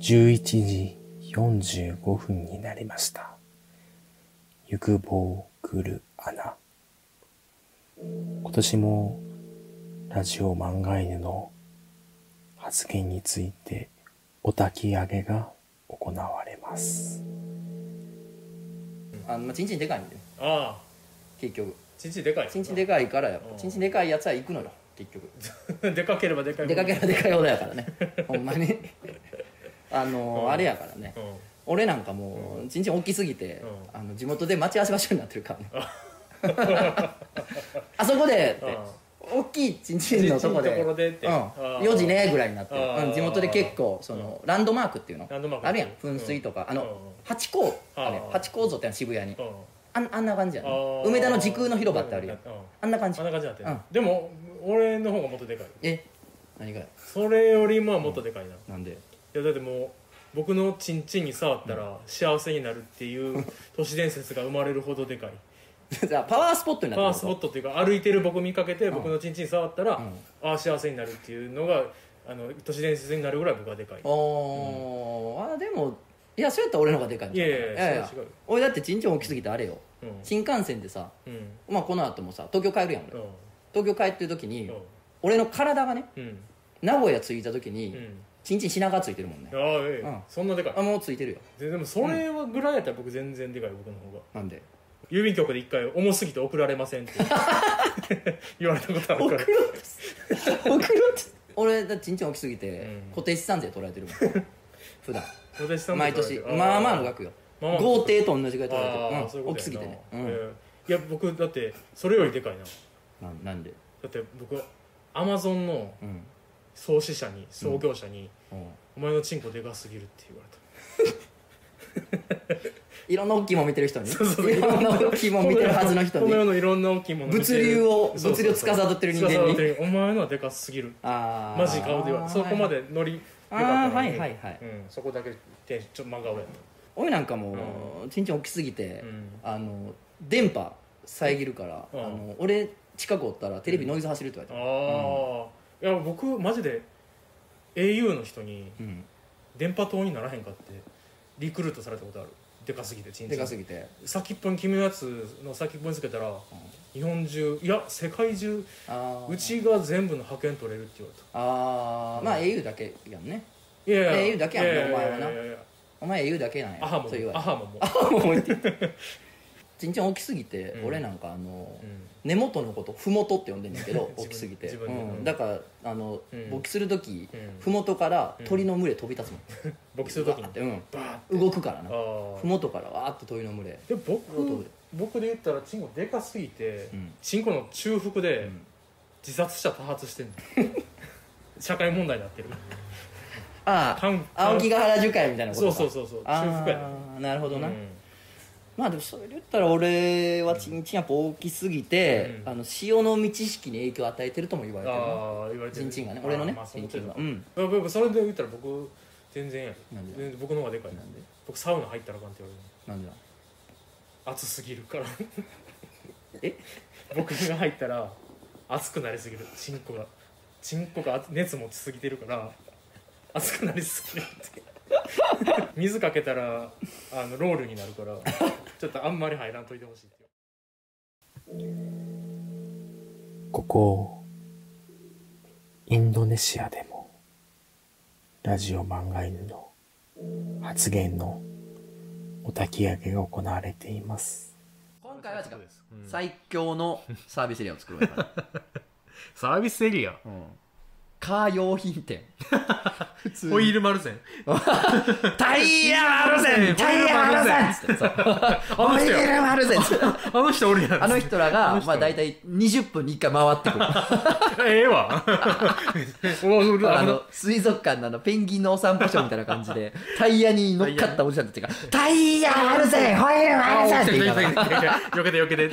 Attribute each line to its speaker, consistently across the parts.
Speaker 1: 11時45分になりました。ゆくぼうくる穴。今年もラジオ漫画犬の発言についてお焚き上げが行われます。
Speaker 2: あのまあ、チンチンでかいんでね
Speaker 3: ああ
Speaker 2: 結局
Speaker 3: ちんちんでかい
Speaker 2: チンチンでかいからやっ
Speaker 3: う
Speaker 2: ぱ
Speaker 3: ん
Speaker 2: チンチンでかいやつは行くのよ結局
Speaker 3: い でかければでかい
Speaker 2: でかけ
Speaker 3: れ
Speaker 2: らでかいほどやから ねほんまにあの、
Speaker 3: うん
Speaker 2: あれやからね、
Speaker 3: うん
Speaker 2: 俺なんかもうちんちん大きすぎて、
Speaker 3: う
Speaker 2: あの地元で待ち合わせ場所になってるからね あそこでって、大きいちんちんのとこで
Speaker 3: ちんちんのところでって
Speaker 2: うん、
Speaker 3: あー
Speaker 2: 4時ねぐらいになってる
Speaker 3: あー
Speaker 2: うん、地元で結構その、ランドマークっていうの
Speaker 3: ランドマーク
Speaker 2: あるやん噴水とか、あ
Speaker 3: うんうん
Speaker 2: の八甲あれ
Speaker 3: あー
Speaker 2: 八甲像ってのは渋谷に
Speaker 3: うんうん
Speaker 2: あんあんな感じや
Speaker 3: あ
Speaker 2: ね
Speaker 3: ー
Speaker 2: 梅田の時空の広場ってあるやん
Speaker 3: うん
Speaker 2: あんな感じ
Speaker 3: あんな感じになってる
Speaker 2: うん
Speaker 3: でも俺の方がもっとでかい
Speaker 2: え何が
Speaker 3: それよりもはもっとでかいな、い
Speaker 2: なんで
Speaker 3: やだってもう僕のチンチンに触ったら幸せになるって いう都市伝説が生まれるほどでかい
Speaker 2: じゃあパワースポットにな
Speaker 3: パワー
Speaker 2: って
Speaker 3: ス
Speaker 2: る
Speaker 3: ポットっていうか歩いてる僕見かけて僕のチンチン触ったら、ああ幸せになるっていうのがあの都市伝説になるぐらい僕はでかい
Speaker 2: おーあでもいやそうやったら俺の方がでかいんちゃうかない
Speaker 3: やいやそれは違う
Speaker 2: 俺だってちんちん大きすぎてあれよ
Speaker 3: うん
Speaker 2: 新幹線でさ
Speaker 3: うん
Speaker 2: まあこの後もさ東京帰るやん
Speaker 3: う
Speaker 2: 俺
Speaker 3: ん
Speaker 2: 東京帰ってる時に
Speaker 3: うん
Speaker 2: 俺の体がね
Speaker 3: うん
Speaker 2: 名古屋着いた時に
Speaker 3: うん
Speaker 2: ちんちん品がついてるもんね
Speaker 3: ああええ
Speaker 2: うん
Speaker 3: そんなでかい
Speaker 2: あもうついてるよ
Speaker 3: ででもそれはぐらいやったら僕全然でかい僕の方が
Speaker 2: なんで
Speaker 3: 郵便局で一回重すぎて送られませんって 言われたことあるから
Speaker 2: 送る俺だってちんちん大きすぎて
Speaker 3: うん
Speaker 2: 固定資産税取られてるも ん普段
Speaker 3: 小手さんも
Speaker 2: 毎
Speaker 3: 取
Speaker 2: 年
Speaker 3: られて
Speaker 2: まあまあの額よ
Speaker 3: まあまあ
Speaker 2: 豪邸と同じぐらい取ら
Speaker 3: ああ
Speaker 2: れて
Speaker 3: そう
Speaker 2: る
Speaker 3: いう
Speaker 2: うん大
Speaker 3: こと
Speaker 2: きすぎ
Speaker 3: や
Speaker 2: て
Speaker 3: な
Speaker 2: ね
Speaker 3: え
Speaker 2: う
Speaker 3: えいや僕だってそれよりでかいなだ
Speaker 2: んななんで
Speaker 3: って僕アマゾンの
Speaker 2: うん
Speaker 3: 創始者に創業者に、
Speaker 2: うん
Speaker 3: お前のチンコでかすぎる」って言われた
Speaker 2: いろんな大きいもん見てる人に
Speaker 3: そうそう
Speaker 2: いろんな大きいもん見てるはずの人
Speaker 3: この世
Speaker 2: に
Speaker 3: のいろんな大きいもの見て
Speaker 2: 物
Speaker 3: る
Speaker 2: 流を
Speaker 3: そうそうそう
Speaker 2: 物流を司ってる人間に
Speaker 3: 司ってるお前のはでかすぎる
Speaker 2: あー
Speaker 3: マジ顔ではそこまでノリ
Speaker 2: はい
Speaker 3: 良か
Speaker 2: あー
Speaker 3: ったの
Speaker 2: は
Speaker 3: に
Speaker 2: いはいはい
Speaker 3: うん、そこだけテンションちょっと真顔やっ
Speaker 2: 俺なんかもうちんちん大きすぎて
Speaker 3: うん
Speaker 2: あの電波遮るからあ
Speaker 3: うん
Speaker 2: の俺近くおったらテレビノイズ走るって言
Speaker 3: た
Speaker 2: われ
Speaker 3: ああ、いや僕マジで au の人に
Speaker 2: たうん
Speaker 3: 電波塔にならへんかってリクルートされたことあるでかすぎてちんちん
Speaker 2: でかすぎて
Speaker 3: 先っぽに君のやつの先っぽにつけたら、日本中いや世界中
Speaker 2: あー
Speaker 3: うちが全部の派遣取れるって言われた
Speaker 2: あーまあ au だけやんね
Speaker 3: いやいや
Speaker 2: ええ言うだけやん
Speaker 3: いいい
Speaker 2: お前はない
Speaker 3: やいや
Speaker 2: お前 au だけなんや
Speaker 3: アハも
Speaker 2: そう言わ
Speaker 3: ア
Speaker 2: れ
Speaker 3: ハもも
Speaker 2: アハも置いてちんちん大きすぎて
Speaker 3: うん
Speaker 2: 俺なんかあの
Speaker 3: うん
Speaker 2: 根元のことふもとって呼んでんねんけど
Speaker 3: 自分
Speaker 2: 大きすぎて、
Speaker 3: 自分で
Speaker 2: うん
Speaker 3: うん
Speaker 2: だからあの、
Speaker 3: うん
Speaker 2: 勃起する時、
Speaker 3: うん
Speaker 2: ふもとから鳥の群れ飛び立つもん、
Speaker 3: 勃起すると
Speaker 2: バ
Speaker 3: き
Speaker 2: ー
Speaker 3: に
Speaker 2: ってうん
Speaker 3: バーン
Speaker 2: 動くからな
Speaker 3: あ
Speaker 2: ふもとからわーって鳥の群れ
Speaker 3: ーで
Speaker 2: 元
Speaker 3: 僕
Speaker 2: で
Speaker 3: 僕で言ったらチンコでかすぎて、
Speaker 2: うん
Speaker 3: チンコの中腹で
Speaker 2: ん
Speaker 3: 自殺者多発して んの社会問題になってる
Speaker 2: あ
Speaker 3: パン
Speaker 2: あ青木ヶ原樹海みたいなこと
Speaker 3: そう
Speaker 2: か
Speaker 3: そうそうそう
Speaker 2: あ
Speaker 3: 中腹やね
Speaker 2: あなるほどな、
Speaker 3: うん
Speaker 2: まあでもそれで言ったら俺はちんちんやっぱ大きすぎて、
Speaker 3: うん
Speaker 2: あの潮の満ち引きに影響を与えてるとも言われてるな
Speaker 3: ああ言われてる
Speaker 2: ちんちんがね俺のね
Speaker 3: あーまあそう思ってる
Speaker 2: ちんちん
Speaker 3: やっぱやっぱそれで言ったら僕全然やる
Speaker 2: なんで
Speaker 3: 全然僕の方がでかい
Speaker 2: なんで
Speaker 3: 僕サウナ入ったらあかんって言われ
Speaker 2: なん
Speaker 3: る
Speaker 2: でだ
Speaker 3: 暑すぎるから
Speaker 2: え
Speaker 3: 僕が入ったら熱くなりすぎるチンコがチンコが熱熱持ちすぎてるから熱くなりすぎるって水かけたらあのロールになるからちょっとあんまり入らんといてほしいって
Speaker 1: ここ、インドネシアでも、ラジオ漫画犬の発言のお焚き上げが行われています。
Speaker 2: 今回は違う
Speaker 3: です、
Speaker 2: 最強のサービスエリアを作ろうや から
Speaker 3: サービスエリア
Speaker 2: カー用品 店普通に
Speaker 3: ホイールマルゼン
Speaker 2: タイヤマルゼンタイヤマルゼンつってさ
Speaker 3: あの
Speaker 2: タイ
Speaker 3: 人や
Speaker 2: ヤマルゼンつって
Speaker 3: あの人おるやん
Speaker 2: あの人ら
Speaker 3: あの
Speaker 2: が
Speaker 3: 人
Speaker 2: まあ大体20分に1回回って くる
Speaker 3: ええわ おうる
Speaker 2: あの水族館のあのペンギンのお散歩ショーみたいな感じ でタイヤに乗っかったおじさんたちが「タイヤマルゼンホイールマルゼン!」って言いながら
Speaker 3: よけてよけて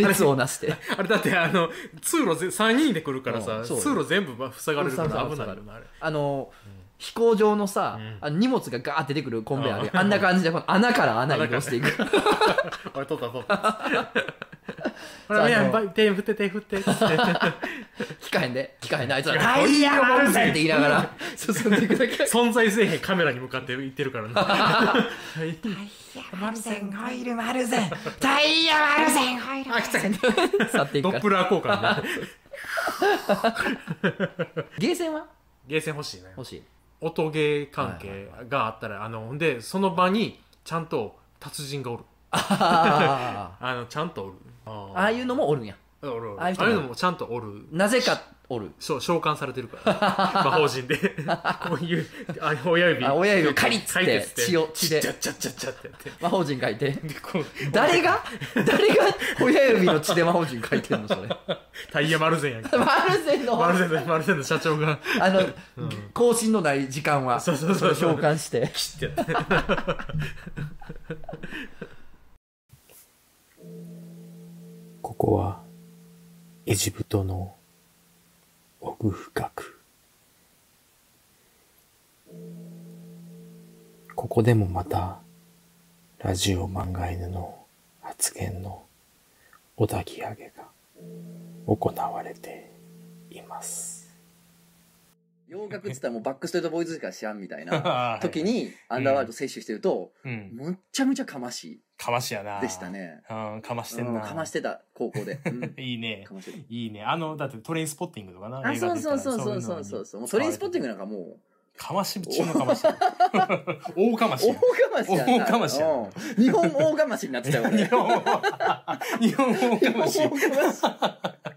Speaker 2: 列をなして
Speaker 3: あれだってあの通路ぜ3人で来るから
Speaker 2: う
Speaker 3: さ
Speaker 2: んそうよ
Speaker 3: 通路全部ま塞がれるから
Speaker 2: そう
Speaker 3: 危
Speaker 2: そ
Speaker 3: な
Speaker 2: うそ
Speaker 3: いよ
Speaker 2: う
Speaker 3: なあれ
Speaker 2: あの飛行場のさ
Speaker 3: うん
Speaker 2: あの荷物がガーって出てくるコンベアで
Speaker 3: うん
Speaker 2: あんな感じでこの穴から穴に移動していく
Speaker 3: あれ取った取った
Speaker 2: あの
Speaker 3: ほらみんな手振って手振って っつって
Speaker 2: 聞かへんで聞かへんであいつら「
Speaker 3: タ
Speaker 2: タイ
Speaker 3: イ
Speaker 2: ヤ
Speaker 3: ヤ
Speaker 2: あ
Speaker 3: あ
Speaker 2: るぜ!」
Speaker 3: るぜ
Speaker 2: って言いながら進んでいくだけ
Speaker 3: 存在せえへんカメラに向かって言ってるからなはい
Speaker 2: マルセンホイルマルゼンタイヤマルゼンホイルマルゼン去っていく
Speaker 3: ド
Speaker 2: から
Speaker 3: ップラー効果だ ね
Speaker 2: ゲーセンは
Speaker 3: ゲーセン欲しいね
Speaker 2: 欲しい
Speaker 3: 音ゲー関係があったらあのほんでその場にちゃんと達人がおる
Speaker 2: あ
Speaker 3: あのちゃんとおる
Speaker 2: ー
Speaker 3: あ
Speaker 2: ああいうのもおるんや
Speaker 3: あおるおる
Speaker 2: あ
Speaker 3: あ
Speaker 2: あ
Speaker 3: あ
Speaker 2: い
Speaker 3: いうう
Speaker 2: 人も
Speaker 3: のもちゃんとおる
Speaker 2: なぜかおる
Speaker 3: そう召喚されてるから、魔法陣でこういうあ親指
Speaker 2: あ親指をカリッつって
Speaker 3: カリッつ
Speaker 2: 血を血
Speaker 3: ち
Speaker 2: で
Speaker 3: っちゃっちゃっちゃっちゃってやって
Speaker 2: 魔法陣書いて
Speaker 3: でこう
Speaker 2: 誰が誰が親指の血で魔法陣書いてんのそれ
Speaker 3: タイヤ丸善やんか
Speaker 2: マルゼンの
Speaker 3: 丸善の丸善の社長が
Speaker 2: あの、更新のない時間は
Speaker 3: そうそうそう
Speaker 2: 召喚して
Speaker 3: キッてやって
Speaker 1: ここはエジプトの奥深く。ここでもまたラジオ漫画犬の発言のお焚き上げが行われています。
Speaker 2: 洋楽っつったらもうバックストレートボーイズしか知らんみたい な
Speaker 4: あー
Speaker 2: 時、にアンダーワールド摂取してると、
Speaker 4: はいうん、
Speaker 2: むっちゃむちゃかまし
Speaker 4: かましやな
Speaker 2: でしたね
Speaker 4: うんかまし
Speaker 2: い、
Speaker 4: てん
Speaker 2: うん、
Speaker 4: な
Speaker 2: かましてた高校で、 うん、
Speaker 4: いいね
Speaker 2: かましてた
Speaker 4: いいねあのだってトレインスポッティングとかな
Speaker 2: あ
Speaker 4: 映
Speaker 2: そ
Speaker 4: 画
Speaker 2: う
Speaker 4: で
Speaker 2: そうそうそうそうそうそうもうトレインスポッティング
Speaker 4: な
Speaker 2: なんかも
Speaker 4: かまし中のかまし大かま
Speaker 2: う
Speaker 4: し
Speaker 2: 大かましやな
Speaker 4: 大かましやな
Speaker 2: うん日本大かましになってたよ
Speaker 4: 日
Speaker 2: 俺
Speaker 4: 本は日本は大かまし
Speaker 2: 日本大かまし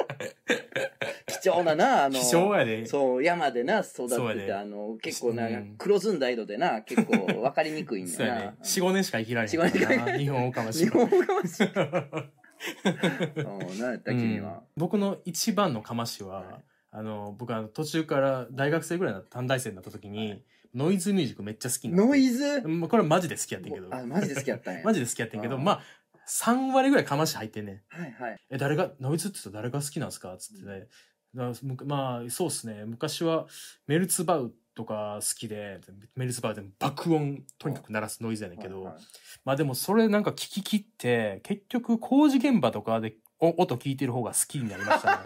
Speaker 2: 貴重ななあの
Speaker 4: 貴重やで
Speaker 2: そう、山でな、育
Speaker 4: そう
Speaker 2: っ
Speaker 4: や
Speaker 2: て
Speaker 4: で
Speaker 2: て、あの、結構な
Speaker 4: うん、
Speaker 2: 黒ずんだ色でな、結構分かりにくいん
Speaker 4: そう
Speaker 2: や
Speaker 4: や
Speaker 2: な
Speaker 4: ね。四五年しか生きられへん
Speaker 2: 四五年し
Speaker 4: か
Speaker 2: から
Speaker 4: な日本大かまし
Speaker 2: 日本語かも しれない。うん、何やった君
Speaker 4: うん
Speaker 2: は。
Speaker 4: 僕の一番のかましは、
Speaker 2: はい
Speaker 4: あの僕あの途中から大学生ぐらいの短大生になった時に、ノイズミュージックめっちゃ好きになって
Speaker 2: ノイズ
Speaker 4: うんこれはマジで好きやってんけど
Speaker 2: あ、マジで好きやったんや。
Speaker 4: マ
Speaker 2: はい
Speaker 4: ジで好きやってんけど
Speaker 2: うん
Speaker 4: まあ3割ぐらいかまし入ってんねん
Speaker 2: はい。
Speaker 4: え誰がノイズって言ったら誰が好きなんですかっつってね、なむまあそうっすね昔はメルツバウとか好きでメルツバウって爆音とにかく鳴らすノイズやねんけど、
Speaker 2: はいはい
Speaker 4: まあでもそれなんか聞き切って、結局工事現場とかでお音聞いてる方が好きになりましたね。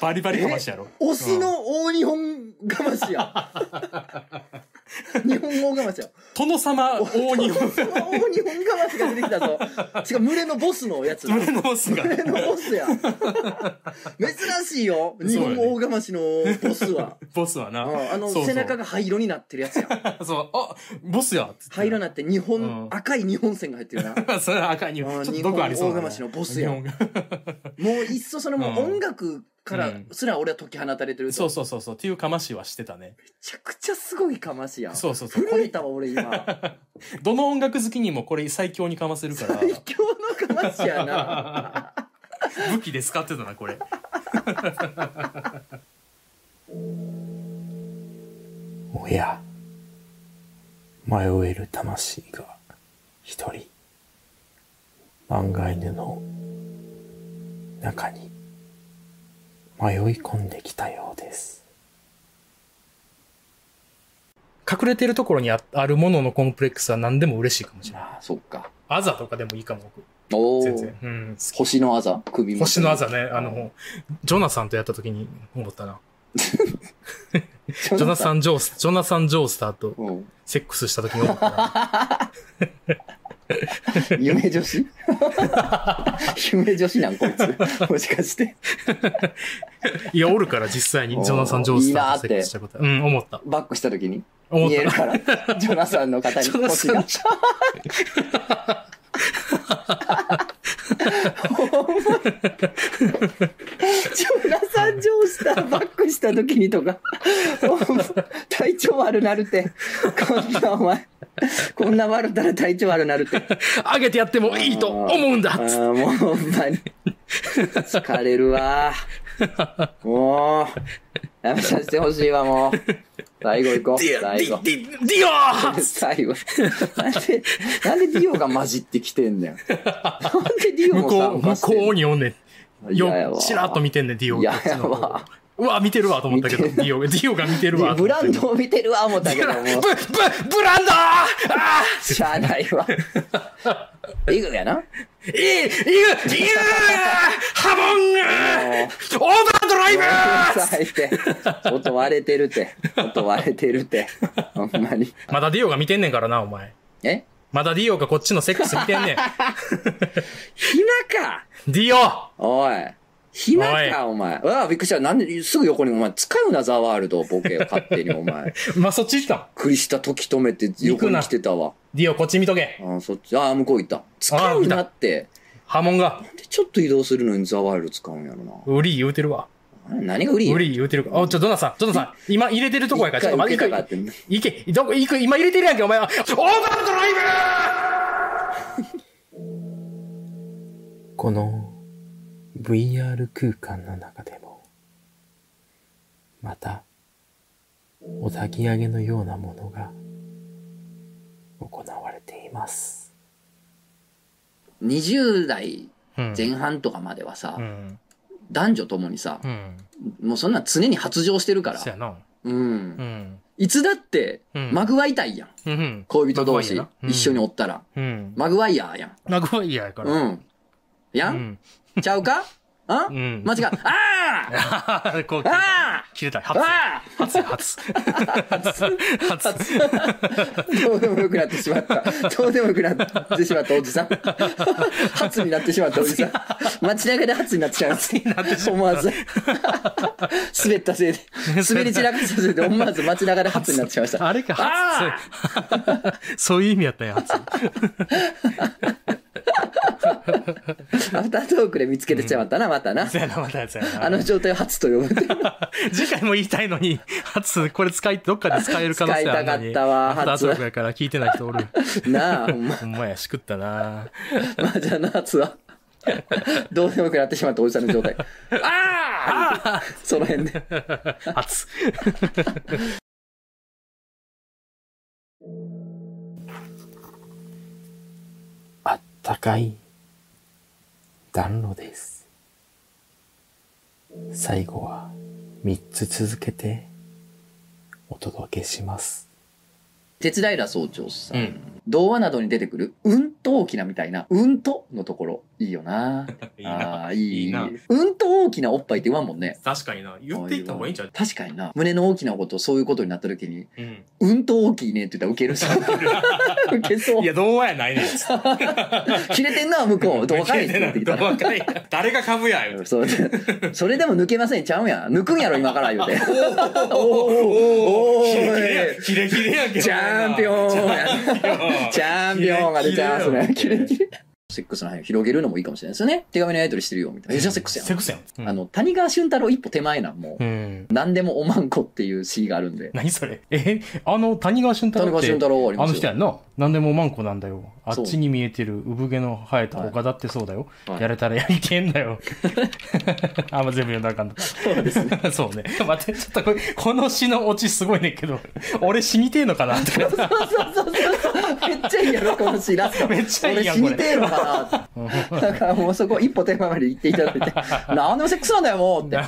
Speaker 4: バリバリかましやろ。
Speaker 2: 推しの大日本かましや。 日本語かましや。
Speaker 4: 殿様大
Speaker 2: 大日
Speaker 4: 日本。
Speaker 2: 本かましが出てきたぞ。違う、群れのボスのやつだ。
Speaker 4: 群れのボスが。
Speaker 2: 群れのボスや。珍しいよ。日本語かましのボス は。
Speaker 4: ボスはな。
Speaker 2: うんあの、
Speaker 4: そうそう
Speaker 2: 背中が灰色になってるやつや。
Speaker 4: そう、あ、ボスやっつって
Speaker 2: 灰色になって日本、
Speaker 4: うん
Speaker 2: 赤い日本線が入ってるな。
Speaker 4: それは赤い日
Speaker 2: あー
Speaker 4: 本。ちょっと毒ありそうだ
Speaker 2: 日本大釜
Speaker 4: な。
Speaker 2: 市のボスや
Speaker 4: 日本が
Speaker 2: もういっそそのもう
Speaker 4: うん
Speaker 2: 音楽からすら俺は解き放たれてると、
Speaker 4: そう
Speaker 2: め
Speaker 4: そうそうそう。っていうかましはしてたね。
Speaker 2: ちゃくちゃすごいかましやん。
Speaker 4: そうそうそう。こ
Speaker 2: 震え
Speaker 4: れ、
Speaker 2: たわ俺 今。
Speaker 4: どの音楽好きにもこれ最強にかませるから。
Speaker 2: 最強のかましや な。
Speaker 4: 武器で使ってたな、これ。
Speaker 1: おや、迷える魂が一人、漫画犬の中に迷い込んできたようです。
Speaker 3: 隠れてるところにああるもののコンプレックスは何でも嬉しいかもしれない
Speaker 2: ああ、そっか。
Speaker 3: あざとかでもいいかも僕
Speaker 2: おお。
Speaker 3: 全然、うん、好き
Speaker 2: 星のあざ、首元
Speaker 3: 星のあざ。ねあのジョナサンとやった時に思ったな
Speaker 2: ジ
Speaker 3: ジョナサ
Speaker 2: ン。
Speaker 3: ン・ジョースジョナサン・ジョースターと
Speaker 2: うん、
Speaker 3: セックスした時に思ったな
Speaker 2: 夢女 子夢女子なんこいつ。もしかして。
Speaker 3: いやおるから実際にジョナサン・ジョースターとセックスしたことうん思った
Speaker 2: バックした時に
Speaker 3: 思っ
Speaker 2: 見え
Speaker 3: た
Speaker 2: るから、ジョナサンの方に
Speaker 3: ジョナ
Speaker 2: 星
Speaker 3: サ
Speaker 2: が
Speaker 3: ン・。ジョー
Speaker 2: ジョナサン・ジョースターバックした時にとか、 体調悪なるって。こんなお前、こんな悪たら体調悪なるって。
Speaker 3: ス上げてやってもいいと思うんだ
Speaker 2: あ
Speaker 3: っつ
Speaker 2: ーもうほんまに。疲れるわ。もう、やめさせてほしいわ、もう。最後行こう。
Speaker 3: ディア
Speaker 2: 最
Speaker 3: デ
Speaker 2: 後
Speaker 3: ィ。ディディオー
Speaker 2: 最後。なんで、なんでディオが混じってきてんねん。なんでディオ
Speaker 3: 向
Speaker 2: もさ
Speaker 3: こう、向こう
Speaker 2: に
Speaker 3: におんねん。
Speaker 2: 嫌やわ
Speaker 3: よ、ちらっと見てんねん、ディオ。
Speaker 2: 嫌やわ
Speaker 3: こっちの方うわ、見てるわと思ったけど、デ
Speaker 4: 見て
Speaker 3: ィオ、ディオが見てるわ
Speaker 4: で
Speaker 3: と思っ
Speaker 4: ブラ
Speaker 3: て。
Speaker 4: ンドを見てるわ、思ったけ
Speaker 3: ブ
Speaker 4: ども
Speaker 3: ラン
Speaker 4: う
Speaker 3: ブ、ブ、ブランドーああ
Speaker 4: しゃあないわ。イグやな。
Speaker 3: いい、いく、いくハモンオ
Speaker 4: もう
Speaker 3: ーバードライブ
Speaker 4: 最低。音割れてるて。音割れてるて。ほんまに。
Speaker 3: まだディオが見てんねんからな、お前。
Speaker 4: え
Speaker 3: まだディオがこっちのセックス見てんねん。
Speaker 4: 暇か
Speaker 3: ディオ
Speaker 4: おい。暇か、お前。うわあ、びっくりした。なんで、すぐ横に、お前、使うな、ザワールド、ボケを勝手に、お前。
Speaker 3: まあ、そっち行ったん
Speaker 4: 栗下時止めて、横に来てたわ。
Speaker 3: ディオ、こっち見とけ。
Speaker 4: ああ、そっち、ああ、向こう行った。使うなって。
Speaker 3: ハモンが、
Speaker 4: で、ちょっと移動するのにザワールド使うんやろな。
Speaker 3: ウリー言うてるわ。
Speaker 4: あれ何が売り
Speaker 3: ウリー言うてるから。お、ちょ、ドナさん、ドナさん、今入れてるとこやから、ちょっと待って、
Speaker 4: 一回
Speaker 3: 行
Speaker 4: 受
Speaker 3: く
Speaker 4: けたかっ
Speaker 3: 行け、どこ、行く、今入れてるやんけ、お前は。オーバードライブ
Speaker 1: この VR 空間の中でも、また、お焚き上げのようなものが行われています。
Speaker 4: 20代
Speaker 3: うん
Speaker 4: 前半とかまではさ、
Speaker 3: うん。
Speaker 4: 男女ともにさ、
Speaker 3: うん。
Speaker 4: もうそんなん常に発情してるから
Speaker 3: そ、やな。
Speaker 4: うん
Speaker 3: うん。
Speaker 4: いつだって
Speaker 3: うん
Speaker 4: まぐわいたいやん
Speaker 3: うん。
Speaker 4: 恋人同
Speaker 3: マ
Speaker 4: 士
Speaker 3: グワイヤーな
Speaker 4: 一緒におったら
Speaker 3: うん。
Speaker 4: まぐわいやーやん
Speaker 3: マグワイヤーやから。
Speaker 4: う。んや、
Speaker 3: うんん。
Speaker 4: ちゃうかあ、
Speaker 3: うん。
Speaker 4: 間違うあ ー
Speaker 3: こう切れた。切れた。
Speaker 4: あー
Speaker 3: 初や。
Speaker 4: あ
Speaker 3: 初や、初。初。初。
Speaker 4: ーどうでもよくなってしま った。どうでもよくなってしまったおじさん。 初になってしまったおじさん。街中で初になってしまいます。思わ ず。滑ったせいで。滑り散らかしたせいで思わず街中で初になってしまいました。
Speaker 3: あれか、
Speaker 4: あ
Speaker 3: 初。 そういう意味やったんや、初。
Speaker 4: アフタートークで見つけてしまったな、またな。
Speaker 3: そうやな、またやつやな。
Speaker 4: あの状態を初と呼ぶって。
Speaker 3: 次回も言いたいのに、初、これ使い、どっかで使える可能性あるのに。
Speaker 4: 使いたかったわ
Speaker 3: アフター
Speaker 4: 初
Speaker 3: トークやから聞いてない人おる。
Speaker 4: なあ、ほんま。
Speaker 3: ほんまや、しくったな。
Speaker 4: まあ、じゃあな、夏は。どうでもよくなってしまったおじさんの 状態。ああその辺で。
Speaker 3: 初。
Speaker 1: あったかい暖炉です。最後は3つ続けてお届けします。
Speaker 4: 鉄平総長さん,、
Speaker 3: うん
Speaker 4: 童話などに出てくる、うんと大きなみたいな、うんとのところ、いいよな。
Speaker 3: い
Speaker 4: ああ、いい
Speaker 3: いいな
Speaker 4: うんと大きなおっぱいって言わんもんね。
Speaker 3: 確かにな。言っていった方がいいんちゃう
Speaker 4: 確かにな。胸の大きなこと、そういうことになった時に、
Speaker 3: うん。
Speaker 4: うんと大きいねって言ったらウケる し。ウケそう
Speaker 3: い。や、童話やないねん。
Speaker 4: 切れてんな、向こう。どうかいって言ってきたら。
Speaker 3: 童話かい誰が株やよ。
Speaker 4: そうそれでも抜けませんちゃうんや抜くんやろ今から言うておおお
Speaker 3: キレキレや
Speaker 4: ー
Speaker 3: キレキレやんけど。
Speaker 4: チャンピオンチャンピオンが出ちゃうねキ
Speaker 3: キレ
Speaker 4: レ
Speaker 3: キ
Speaker 4: キレセックスの範囲を広げるのもいいかもしれないですよね手紙のやり取りしてるよみたいなえじゃあセックスやん
Speaker 3: セックスやん。うん
Speaker 4: あの谷川俊太郎一歩手前なんもう、
Speaker 3: うん。
Speaker 4: 何でもおまんこっていう詩があるんで
Speaker 3: 何それ えあの谷川俊太
Speaker 4: 谷
Speaker 3: 郎っ
Speaker 4: 川
Speaker 3: て
Speaker 4: 俊太郎あり
Speaker 3: あ
Speaker 4: ま
Speaker 3: の
Speaker 4: す
Speaker 3: 人や
Speaker 4: よ
Speaker 3: んな何でもおまんこなんだよあ
Speaker 4: そう
Speaker 3: っちに見えてる産毛の生えた丘だってそうだよ、
Speaker 4: はい
Speaker 3: やれたらやりてえんだよ あんま全部読んだらあかんのそうですね そうね待ってちょっとこれこの詩のオチすごいねんけど俺死にてえの かなって
Speaker 4: そうそうそうそうめっちゃいいやろこの詩ラスト
Speaker 3: めっちゃいいやん
Speaker 4: 俺
Speaker 3: こ
Speaker 4: 死
Speaker 3: れ
Speaker 4: にてえのかなだからもうそこ一歩手前まで行っていただいて「何でもセックスなんだよもう」って
Speaker 3: あ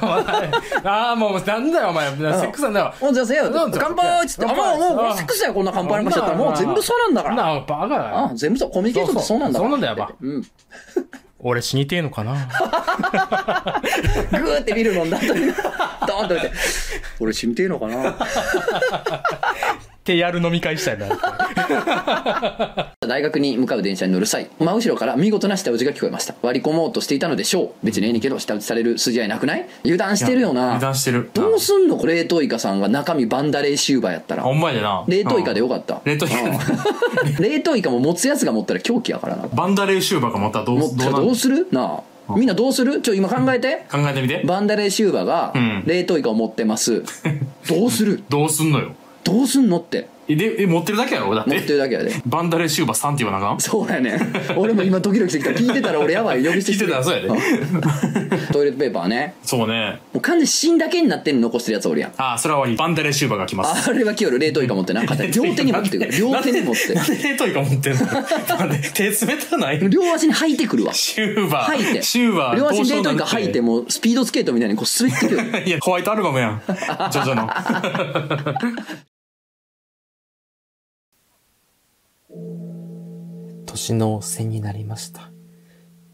Speaker 3: あもうなんだよお前セックスなんだよ
Speaker 4: もう女性よ
Speaker 3: なん。だ
Speaker 4: 乾杯っつって、あ、
Speaker 3: 乾
Speaker 4: も
Speaker 3: 杯
Speaker 4: う、も
Speaker 3: あ
Speaker 4: う、これセックスや、こんな乾杯なんかしちゃったら、
Speaker 3: まあ
Speaker 4: もう全部そうなんだから。
Speaker 3: なあバカだよ
Speaker 4: あ、全部そう。コミュニケーションってそうなんだから。
Speaker 3: そうそうそうなんだよ
Speaker 4: うん。
Speaker 3: 俺死にてえのかな
Speaker 4: グーってビール飲んだ後に、ドーンと置いて、俺死にてえのかな
Speaker 3: ってやる飲み会したいな
Speaker 4: 大学に向かう電車に乗る際、真後ろから見事な下打ちが聞こえました。割り込もうとしていたのでしょう。別にええねんけど、下打ちされる筋合いなくない油断してるよな。
Speaker 3: 油断してる
Speaker 4: どうすんの冷凍イカさんが中身バンダレーシューバーやったら
Speaker 3: ほ。んまやでな
Speaker 4: 冷凍イカでよ
Speaker 3: か
Speaker 4: かった。
Speaker 3: 冷凍イカ
Speaker 4: 冷凍イカも持つやつが持ったら狂気やからな。
Speaker 3: バンダレーシューバーがまたどう
Speaker 4: 持
Speaker 3: どう
Speaker 4: ったら
Speaker 3: な
Speaker 4: ど
Speaker 3: ん
Speaker 4: うするなあ。みんなどうするちょ、今考えて。
Speaker 3: 考えてみて
Speaker 4: バンダレーシューバが
Speaker 3: うん
Speaker 4: 冷凍イカを持ってます、どうする
Speaker 3: どうすんのよ
Speaker 4: どうすんのって
Speaker 3: えでえ持ってるだけやろだっ
Speaker 4: 持ってる
Speaker 3: て
Speaker 4: だけやで。
Speaker 3: バンダレシューバ3って言わなあかん
Speaker 4: そうやねん。俺も今ドキドキしてきた。聞いてたら俺やばい。呼び捨て
Speaker 3: 聞い
Speaker 4: してる
Speaker 3: たらそうやで、
Speaker 4: トイレットペーパーね。
Speaker 3: そうね
Speaker 4: もう完全に芯だけになってんの残してるやつおるやん。
Speaker 3: ああそれは終わりバンダレシューバが来ます
Speaker 4: あれは清る冷凍イカ 持ってな。片手両手に持ってくる。両手に持って
Speaker 3: なん。で冷凍イカ持ってんのなんで手冷たないの
Speaker 4: 両足に履いてくるわ。
Speaker 3: シューバー
Speaker 4: 吐いて。
Speaker 3: シューバー
Speaker 4: 両足に冷凍イカ履いて、
Speaker 3: も
Speaker 4: もうスピードスケートみたいにこう滑ってくる。
Speaker 3: いやホワイトアルバムやんジョジョの
Speaker 1: 年の瀬になりました。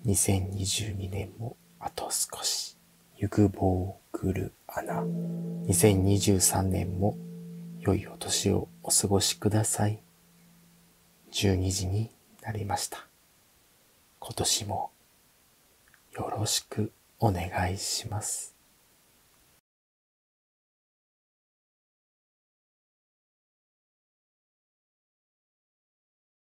Speaker 1: 2022年もあと少し。行く棒来る穴。2023年も良いお年をお過ごしください。12時になりました。今年もよろしくお願いします。